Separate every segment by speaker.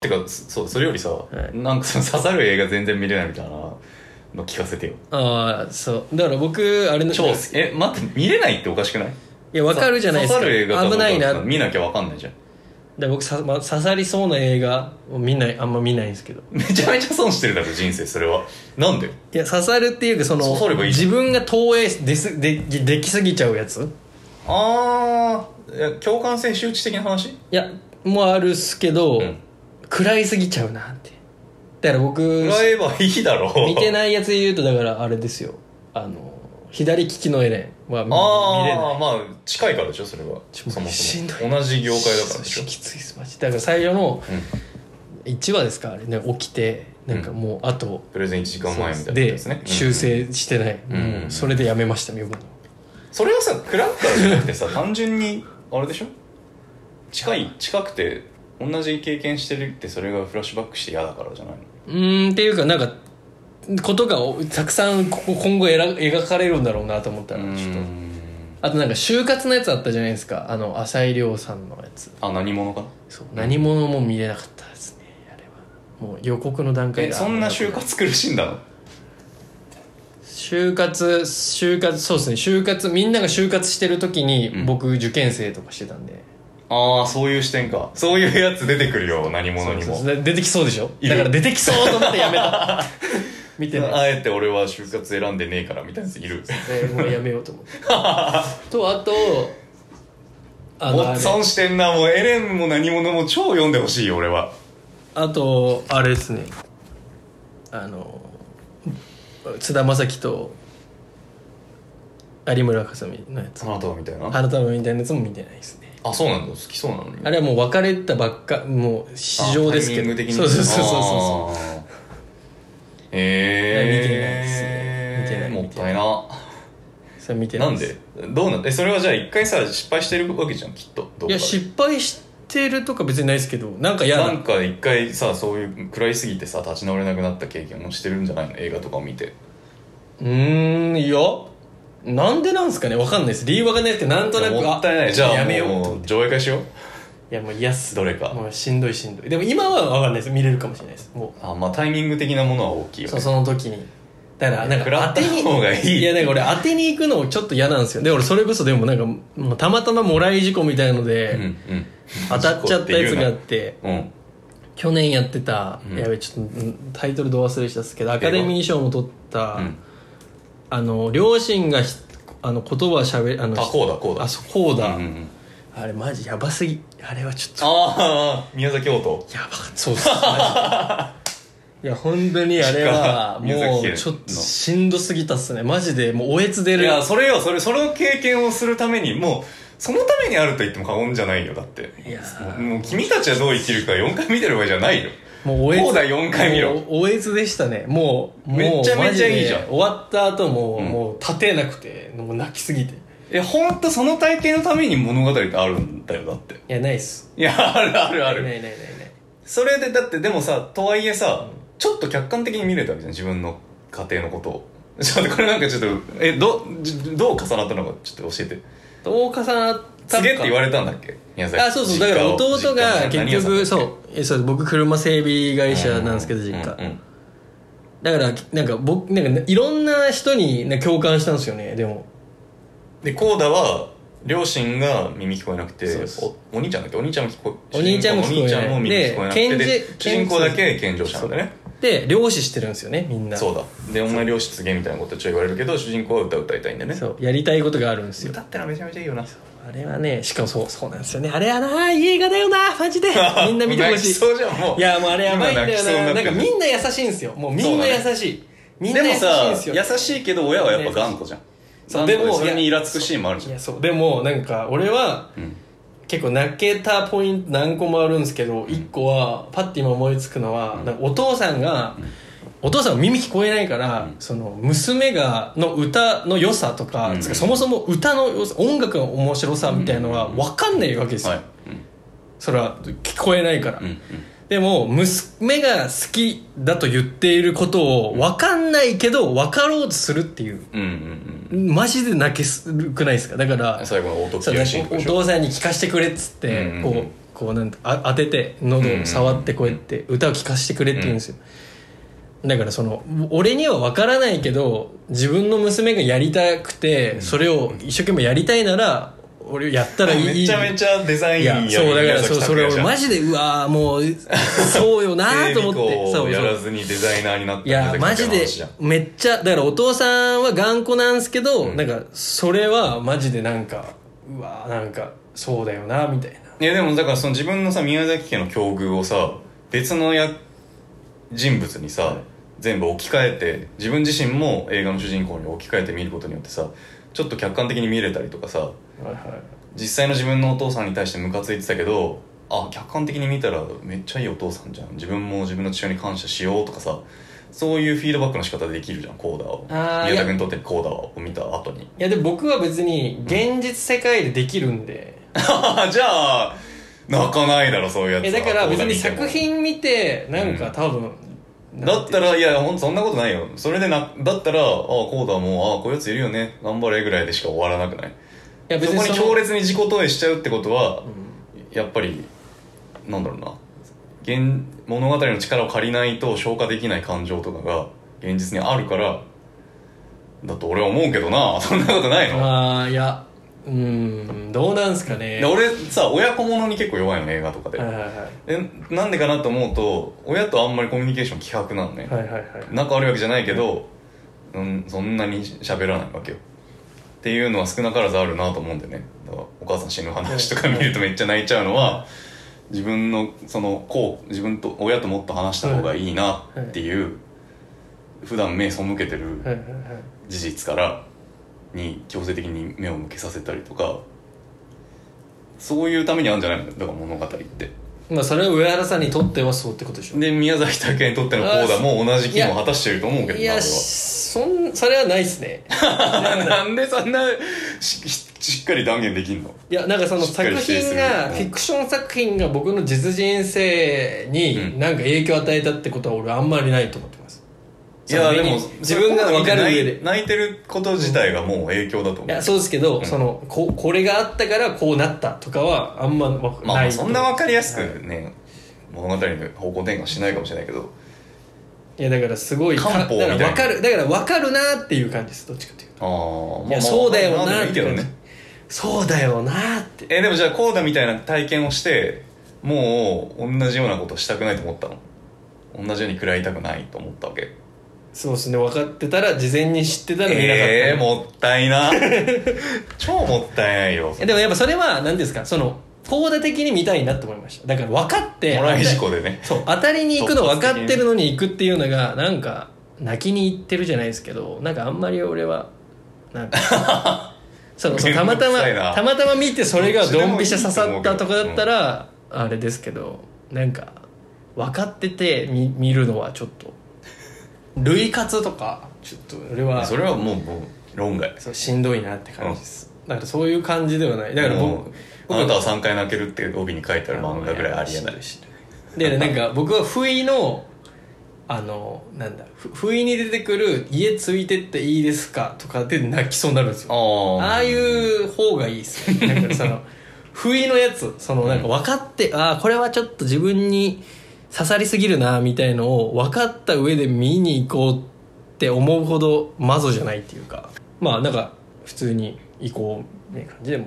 Speaker 1: てかそそうそれよりさ、
Speaker 2: い
Speaker 1: なんかその刺さる映画全然見れないみたいなの聞かせてよ
Speaker 2: ああそうだから僕あれの
Speaker 1: 超好
Speaker 2: い
Speaker 1: きえ待って見れないっておかしくない
Speaker 2: やわかるじゃないですか
Speaker 1: さ刺さる映画と
Speaker 2: 危ないな
Speaker 1: か
Speaker 2: だ
Speaker 1: 見なきゃわかんないじゃん
Speaker 2: 僕さ、まあ、刺さりそうな映画を見ないあんま見ないんですけど
Speaker 1: めちゃめちゃ損してるだろ人生それはなんで
Speaker 2: いや刺さるっていうかその
Speaker 1: 刺さればいいじ
Speaker 2: 自分が投影ですででできすぎちゃうやつ
Speaker 1: ああ共感性周知的な話
Speaker 2: いやもあるっすけど、
Speaker 1: うん
Speaker 2: 食らいすぎちゃうなってだから僕
Speaker 1: 食らえばいいだろう
Speaker 2: 見て
Speaker 1: い
Speaker 2: ないやつで言うとだからあれですよあの左利きのエレンは見見れない
Speaker 1: ああまあ近いからでしょそれは
Speaker 2: ちょ
Speaker 1: そも
Speaker 2: し
Speaker 1: そ
Speaker 2: んどい
Speaker 1: も同じ業界だからでしょ
Speaker 2: そうきついですマジだから最初の
Speaker 1: うん
Speaker 2: 1話ですかあれね起きてなんかもうあと、
Speaker 1: プレゼン1時間前みたいなや
Speaker 2: で
Speaker 1: つねうん
Speaker 2: 修正してない、
Speaker 1: うん
Speaker 2: もうそれでやめました見るの
Speaker 1: それはさ食らうからじゃなくてさ 単純にあれでしょ近い近くて同じ経験してるってそれがフラッシュバックして嫌だからじゃないの
Speaker 2: うーんっていうかなんかことがおたくさんここ今後えら描かれるんだろうなと思ったらちょっとあとなんか就活のやつあったじゃないですかあの浅井亮さんのやつ
Speaker 1: あ何者か
Speaker 2: そう何者も見れなかったですねあれはもう予告の段階
Speaker 1: え
Speaker 2: で
Speaker 1: そんな就活苦しいんだの
Speaker 2: 就活就活そうですね就活みんなが就活してる時に
Speaker 1: うん
Speaker 2: 僕受験生とかしてたんで、
Speaker 1: ああそういう視点かそういうやつ出てくるよ何者に
Speaker 2: そう
Speaker 1: も
Speaker 2: そうで出てきそうでしょ
Speaker 1: いる
Speaker 2: だから出てきそうと思ってや めた見てない
Speaker 1: あえて俺は就活選んでねえからみたいなやついる
Speaker 2: えーもうやめようと思って とあとあ
Speaker 1: も
Speaker 2: のあ
Speaker 1: う
Speaker 2: れ
Speaker 1: 損してんなもうエレンも何者も超読んでほしいよ俺は
Speaker 2: あとあれですねあの菅田将暉と有村架純のやつ
Speaker 1: あなたはみたいな
Speaker 2: 花束みたいなやつも見てないですね
Speaker 1: あそうなんだ好きそうなのに
Speaker 2: あれはもう別れたばっかもう市場ですけ
Speaker 1: あタイミング的
Speaker 2: ど
Speaker 1: に
Speaker 2: そうそうそうそうそう
Speaker 1: へえ
Speaker 2: 見てないですね
Speaker 1: も
Speaker 2: 見てない
Speaker 1: ったいな
Speaker 2: うそれ見てない
Speaker 1: なんでどうなんえそれはじゃあ一回さ失敗してるわけじゃんきっとどっか
Speaker 2: い
Speaker 1: で
Speaker 2: や失敗してるとか別にないですけどなんか嫌
Speaker 1: な
Speaker 2: なん
Speaker 1: か一回さそういう食らいすぎてさ立ち直れなくなった経験もしてるんじゃないの映画とかを見て
Speaker 2: うーんいやなんでなんすかねわかんないです理由わかんなくてなんとなく
Speaker 1: もったいない
Speaker 2: あ
Speaker 1: じゃあ
Speaker 2: やめようと
Speaker 1: も
Speaker 2: 思っ
Speaker 1: う
Speaker 2: て
Speaker 1: 上映会しよう
Speaker 2: いやもう嫌っす
Speaker 1: どれか
Speaker 2: もうしんどいしんどいでも今はわかんないです見れるかもしれないですも
Speaker 1: あまあタイミング的なものは大きいうよ
Speaker 2: そ
Speaker 1: ね
Speaker 2: うその時にだからなん
Speaker 1: 食ら
Speaker 2: か
Speaker 1: っ
Speaker 2: 当
Speaker 1: た
Speaker 2: てに
Speaker 1: 方がいい
Speaker 2: やなんか俺当てに行くのちょっと嫌なんですよで俺それこそでもなんかもうたまたまもらい事故みたいので、
Speaker 1: うんうん
Speaker 2: 当たっちゃったやつがあって
Speaker 1: うん
Speaker 2: 去年やってた、
Speaker 1: うん
Speaker 2: やべちょっとうんタイトルど忘れしたっすけどアカデミー賞も取った、
Speaker 1: うん
Speaker 2: あの両親がひあの言葉しゃべあの
Speaker 1: あこうだこうだ
Speaker 2: あそうこうだ、
Speaker 1: うんうんうん
Speaker 2: あれマジやばすぎあれはちょっと
Speaker 1: ああ宮崎音
Speaker 2: やばかったそうっすマ ジでいや本当にあれは
Speaker 1: しかも
Speaker 2: も
Speaker 1: 水
Speaker 2: う
Speaker 1: 木
Speaker 2: ちょっと
Speaker 1: の
Speaker 2: しんどすぎたっすねマジでもうおえつ出
Speaker 1: い
Speaker 2: る
Speaker 1: や、それよ、それ、その経験をするために、もう、そのためにあると言っても過言じゃないよ、だって。
Speaker 2: いや
Speaker 1: もう、もう君たちはどう生きるか4回見てる場合じゃないよ。
Speaker 2: もうおえつ
Speaker 1: こうだ4回見ろ
Speaker 2: もうおえつでしたねもうもう
Speaker 1: めちゃめちゃいいじゃん
Speaker 2: マジで終わった後も、
Speaker 1: うん
Speaker 2: もう立てなくてもう泣きすぎてい
Speaker 1: え、ほんとその体験のために物語ってあるんだよ、だって。
Speaker 2: やないっす
Speaker 1: いや、あるあるあ
Speaker 2: ない
Speaker 1: る。
Speaker 2: ないないない
Speaker 1: それで、だってでもさ、とはいえさ、ちょっと客観的に見れたわけじゃん、自分の家庭のことを。ちょっとこれなんかちょっと、え、ど、じどう重なったのかちょっと教えて。
Speaker 2: どう重な
Speaker 1: す
Speaker 2: ったのか
Speaker 1: げって言われたんだっけ宮崎
Speaker 2: あそうそうだから弟が結局
Speaker 1: う
Speaker 2: そうえそう僕車整備会社なんですけど実家、
Speaker 1: うんうん
Speaker 2: だからなんか僕なんかねいろんな人にね共感したんですよねでも
Speaker 1: でコーダは両親が耳聞こえなくて
Speaker 2: そうです
Speaker 1: おお兄ちゃんだっけお兄ちゃんも聞こえ
Speaker 2: お兄ちゃんも聞こえない
Speaker 1: お兄ちゃんも耳聞こえなくて
Speaker 2: で
Speaker 1: で
Speaker 2: 健
Speaker 1: 主人
Speaker 2: 二
Speaker 1: 公だけ健常者なんだね
Speaker 2: で漁師してるんですよねみんな
Speaker 1: そうだでお前両親げみたいなことちょい言われるけど主人公は歌歌いたいんだよね
Speaker 2: そうやりたいことがあるんですよ
Speaker 1: 歌ってのはめちゃめちゃいいよな
Speaker 2: あれはねしかもそうそうなんですよねあれはないい映画だよなマ ジで みんな見てほし
Speaker 1: 泣き
Speaker 2: い
Speaker 1: そうじゃんもう
Speaker 2: いやもうあれやばいんだ
Speaker 1: 今泣
Speaker 2: よ
Speaker 1: きそうに
Speaker 2: な
Speaker 1: な
Speaker 2: な
Speaker 1: って
Speaker 2: ん
Speaker 1: る
Speaker 2: かみんな優しいんですよもうみんな優しい、みんな
Speaker 1: で
Speaker 2: 優
Speaker 1: も
Speaker 2: しいんです
Speaker 1: さ
Speaker 2: よ
Speaker 1: 優しいけど親はやっぱ頑固じゃん
Speaker 2: そう
Speaker 1: 頑固
Speaker 2: でも
Speaker 1: それにイラつくシーンもある
Speaker 2: い
Speaker 1: じゃん
Speaker 2: やそうでもなんか俺は
Speaker 1: うん
Speaker 2: 結構泣けたポイント何個もあるんですけど一個はパッて今思いつくのは、なんかお父さんが、お父さんは耳聞こえないから、その娘がの歌の良さとか,、
Speaker 1: うん
Speaker 2: つうかそもそも歌の良さ音楽の面白さみたいのは分かんないわけですよ、
Speaker 1: はい
Speaker 2: それは聞こえないから、
Speaker 1: うんうん
Speaker 2: でも娘が好きだと言っていることを分かんないけど分かろうとするっていう
Speaker 1: うんうんうん
Speaker 2: マジで泣けするくないですかだから
Speaker 1: うん最後のお
Speaker 2: そう
Speaker 1: 父
Speaker 2: ね
Speaker 1: シーンとか
Speaker 2: お
Speaker 1: でしょ
Speaker 2: 父さんに聞かせてくれっつって、
Speaker 1: うんうんうん
Speaker 2: こうこうなんてあ当てて喉を触ってこうやって歌を聴かせてくれって言うんですよ、だからその俺には分からないけど自分の娘がやりたくてそれを一生懸命やりたいなら俺やったらいい
Speaker 1: めちゃめちゃデザイン
Speaker 2: いやそうだからそうそれ俺マ
Speaker 1: ジ
Speaker 2: ジでうわーもうそうよなー と思ってそう
Speaker 1: や
Speaker 2: そ
Speaker 1: ら
Speaker 2: う
Speaker 1: ずにデザイナーになった
Speaker 2: いやマジでめっちゃだからお父さんは頑固なんすけど、なんかそれはマジでなんかうわーなんかそうだよなみたいない
Speaker 1: やでもだからその自分のさ宮崎家の境遇をさ別のや人物にさ、全部置き換えて自分自身も映画の主人公に置き換えて見ることによってさちょっと客観的に見れたりとかさ
Speaker 2: はいはい
Speaker 1: 実際の自分のお父さんに対してムカついてたけどあ客観的に見たらめっちゃいいお父さんじゃん自分も自分の父親に感謝しようとかさそういうフィードバックの仕方でできるじゃんコーダーを
Speaker 2: あー
Speaker 1: 宮
Speaker 2: いや
Speaker 1: 田君にとってコーダーを見た後に
Speaker 2: いやでも僕は別に現実世界でできるんで、
Speaker 1: じゃあ泣かないだろそういうやつは
Speaker 2: えだから
Speaker 1: コ
Speaker 2: 別に
Speaker 1: ーダー見ても
Speaker 2: 作品見てなんか多分、
Speaker 1: だったら、いや、ほんとそんなことないよ。それでな、だったら、ああ、こうだ、もう、ああ、こういうやついるよね。頑張れぐらいでしか終わらなくない
Speaker 2: いや別
Speaker 1: そ
Speaker 2: に
Speaker 1: こ
Speaker 2: そ
Speaker 1: に
Speaker 2: の
Speaker 1: 強烈に自己投影しちゃうってことは、
Speaker 2: う
Speaker 1: やっぱり、なんだろうな。現物語の力を借りないと消化できない感情とかが現実にあるから、だと俺は思うけどな、そんなことない
Speaker 2: ん
Speaker 1: の。
Speaker 2: ああいやうんどうなんすかね
Speaker 1: で俺さ、親子ものに結構弱いの、映画とかで
Speaker 2: はい。はいは
Speaker 1: えなんでかなと思うと、親とあんまりコミュニケーション希薄なのね。
Speaker 2: いはいはいはい
Speaker 1: 仲悪いわけじゃないけど、うん、そんなに喋らないわけよっていうのは少なからずあるなと思うんだよねだからお母さん死ぬ話とか
Speaker 2: うん
Speaker 1: 見るとめっちゃ泣いちゃうのは自分のそのこう自分と親ともっと話した方がいいなっていう普段目背けて
Speaker 2: はい
Speaker 1: る
Speaker 2: はいはい
Speaker 1: 事実からに強制的に目を向けさせたりとかそういうためにあるんじゃないのだから物語って
Speaker 2: まあそれは上原さんにとってはそうってことでしょ
Speaker 1: で宮崎拓也にとってのこうだも同じ機能を果たしてると思うけど
Speaker 2: い
Speaker 1: な俺
Speaker 2: や
Speaker 1: は
Speaker 2: そんそれはないっすね
Speaker 1: なんでそんなしししっかり断言できんの
Speaker 2: いやなんかその
Speaker 1: しっかり
Speaker 2: 作
Speaker 1: 否定す
Speaker 2: 品
Speaker 1: る
Speaker 2: が
Speaker 1: うん
Speaker 2: フィクション作品が僕の実人生
Speaker 1: う
Speaker 2: に
Speaker 1: ん
Speaker 2: なんか影響を与えたってことは俺あんまりないと思ってます
Speaker 1: いや
Speaker 2: そ
Speaker 1: で
Speaker 2: の
Speaker 1: も
Speaker 2: 自分が分かる上で
Speaker 1: 泣い泣いてること自体がもう影響だと思う
Speaker 2: いやそうですけど、
Speaker 1: うん
Speaker 2: そのここれがあったからこうなったとかはあんまわ
Speaker 1: まあま
Speaker 2: な
Speaker 1: あ
Speaker 2: い
Speaker 1: そんな分かりやすく
Speaker 2: はい
Speaker 1: ね、物語の方向転換しないかもしれないけど
Speaker 2: いやだからすごい
Speaker 1: 漢方みたいな
Speaker 2: だから分かるだから分かるなっていう感じですどっちかというと
Speaker 1: ああ
Speaker 2: いやそうだよな
Speaker 1: で
Speaker 2: ー
Speaker 1: もい
Speaker 2: っ
Speaker 1: いけ
Speaker 2: て
Speaker 1: ど
Speaker 2: 感じ
Speaker 1: ね
Speaker 2: そうだよなーって
Speaker 1: えでもじゃあこうだみたいな体験をしてもう同じようなことしたくないと思ったの同じように食らいたくないと思ったわけ
Speaker 2: そうですね分かってたら事前に知ってたのになかった、
Speaker 1: ええー、もったい な超もったいないよ
Speaker 2: いやでもやっぱそれは何ですかその高打的に見たいなと思いましただから分かって
Speaker 1: もらい事故でね
Speaker 2: そう当たりに行くの分かってるのに行くっていうのがなんか泣きに行ってるじゃないですけどなんかあんまり俺はなんか そのそうたまたま
Speaker 1: 面倒くさいな
Speaker 2: たまたま見てそれがドンピシャ刺さったとかだったらあれですけどなんか分かってて見見るのはちょっと類活とかちょっと俺は
Speaker 1: それはもうもう論外
Speaker 2: そうしんどいなって感じです、だからそういう感じではないだから
Speaker 1: も
Speaker 2: 僕
Speaker 1: うあなたは3回泣けるって帯に書いてある漫画ぐらいありえない
Speaker 2: しでなんか僕は不意のあのなんだふ不意に出てくる「家ついてっていいですか?」とかで泣きそうになるんですよ
Speaker 1: あ
Speaker 2: ああいうう方がいいですよなんかその 不意のやつそのなんか分かって、ああこれはちょっと自分に刺さりすぎるなみたいのを分かった上で見に行こうって思うほどマゾじゃないっていうかまあなんか普通に行こうみたいな感じでも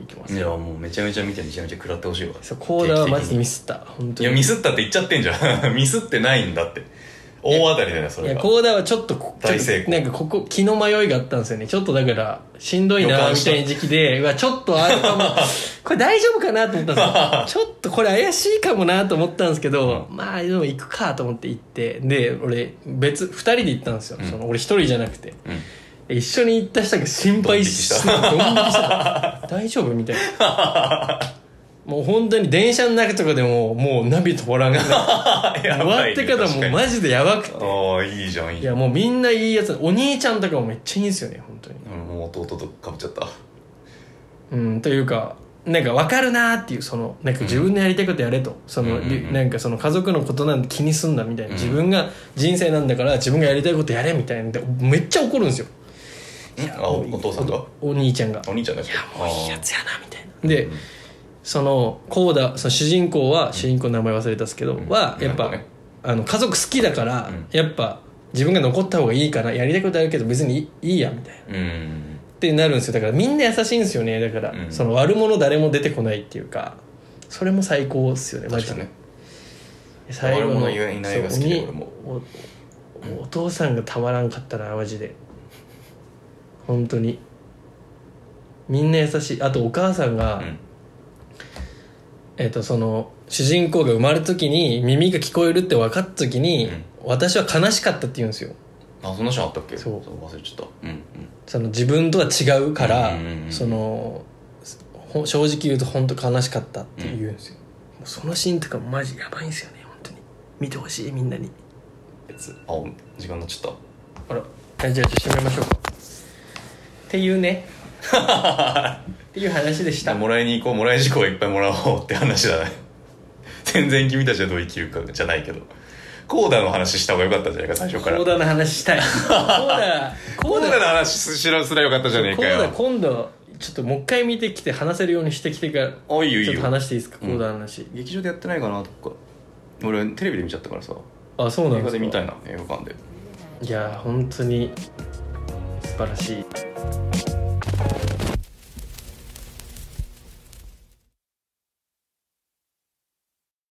Speaker 2: 行き行きます
Speaker 1: いやもうめちゃめちゃ見てめちゃめちゃ食らってほしいわ
Speaker 2: そうコーダーはマジで
Speaker 1: 定期
Speaker 2: ミスった本
Speaker 1: 的に
Speaker 2: 当
Speaker 1: い
Speaker 2: に
Speaker 1: やミスったって言っちゃってんじゃん ミスってないんだって大当たりだよそ
Speaker 2: い
Speaker 1: れ
Speaker 2: や
Speaker 1: が
Speaker 2: コーダーはちょっとこちょっと
Speaker 1: 大成功
Speaker 2: なんかここ気の迷いがあったんですよねちょっとだからしんどい
Speaker 1: 予
Speaker 2: な
Speaker 1: 感
Speaker 2: み
Speaker 1: した
Speaker 2: たいな時期でうわちょっとあれ かもこれ大丈夫かなと思ったんですよちょっとこれ怪しいかもなと思ったんですけど、まあでも行くかと思って行ってで俺別2人で行ったんですよ、その俺1人じゃなくて
Speaker 1: うん
Speaker 2: 一緒に行った人が心配し
Speaker 1: ド
Speaker 2: ドン引きした大丈夫みたいな もう本当に電車の中とかでももうナビ止まらんが
Speaker 1: やば
Speaker 2: 回
Speaker 1: い
Speaker 2: って
Speaker 1: ね
Speaker 2: 方
Speaker 1: 確か
Speaker 2: も
Speaker 1: に
Speaker 2: マジでやばくて
Speaker 1: ああいいじゃんいい
Speaker 2: い
Speaker 1: じゃ
Speaker 2: や
Speaker 1: ん
Speaker 2: もうみんないいやつお兄ちゃんとかもめっちゃいいんですよね本当に
Speaker 1: うんもう弟とかぶっちゃった
Speaker 2: うんというかなんか分かるなーっていうそのなんか自分のやりたいことやれと、その、
Speaker 1: うんうんうん
Speaker 2: なんかその家族のことなんて気にすんなみたいな、
Speaker 1: うん
Speaker 2: 自分が人生なんだから自分がやりたいことやれみたいなんでめっちゃ怒るんですよ
Speaker 1: あおお父さんが
Speaker 2: おお兄ちゃんが「い
Speaker 1: お兄ちゃんだっけ
Speaker 2: やもういいやつやな」みたいなで、そのコーダその主人公は主人公の名前忘れたんですけど、
Speaker 1: ん
Speaker 2: はや
Speaker 1: な
Speaker 2: っぱ、
Speaker 1: んかね
Speaker 2: あの家族好きだから、
Speaker 1: うん
Speaker 2: やっぱ自分が残った方がいいからやりたいことあるけど別にいいいいやみたいなっ
Speaker 1: うん
Speaker 2: てなるんですよだからみんな優しいんですよねだから、
Speaker 1: うん
Speaker 2: その悪者誰も出てこないっていうかそれも最高ですよねマ
Speaker 1: 確
Speaker 2: ジ
Speaker 1: か
Speaker 2: で
Speaker 1: に
Speaker 2: 最後
Speaker 1: 悪
Speaker 2: の
Speaker 1: 者いないが好きで俺も
Speaker 2: そうおおお父さんがたまらんかったなマジで本当にみんな優しいあとお母さんが、
Speaker 1: うん
Speaker 2: えっとその主人公が生まれた時に耳が聞こえるって分かった時に、
Speaker 1: うん
Speaker 2: 私は悲しかったって言うんですよ
Speaker 1: あそんなシーンあったっけ
Speaker 2: そう
Speaker 1: 忘れちゃったうんうん
Speaker 2: その自分とは違うから、
Speaker 1: うんうんうん
Speaker 2: そのほ正直言うと本当悲しかったって言うんですよ、もうそのシーンとかマジやばいんですよね本当に見てほしいみんなに
Speaker 1: 別あお時間になっちゃっ
Speaker 2: あらえじゃあじゃあ閉めましょうかっていう ねっていう話でしたた
Speaker 1: もらいに行こうもらい事故をいっぱいもらおうって話だね 全然君たちはどう生きるかじゃないけどコーダの話した方が良かったんじゃないか最初から
Speaker 2: コーダの話 したいコーダ
Speaker 1: コーダの話すらすらよかったじゃねえ
Speaker 2: コ
Speaker 1: か
Speaker 2: ーダ
Speaker 1: よ
Speaker 2: 今度ちょっともう一回見てきて話せるようにしてきてから
Speaker 1: おいよいい
Speaker 2: ちょっ
Speaker 1: よ
Speaker 2: と話していいですか、
Speaker 1: うん
Speaker 2: コーダの話
Speaker 1: 劇場でやってないかなとか俺テレビで見ちゃったからさ
Speaker 2: あそうな
Speaker 1: 映
Speaker 2: んで
Speaker 1: 画
Speaker 2: す
Speaker 1: で
Speaker 2: か
Speaker 1: 見たいな映画館で
Speaker 2: いや本当に素晴らしい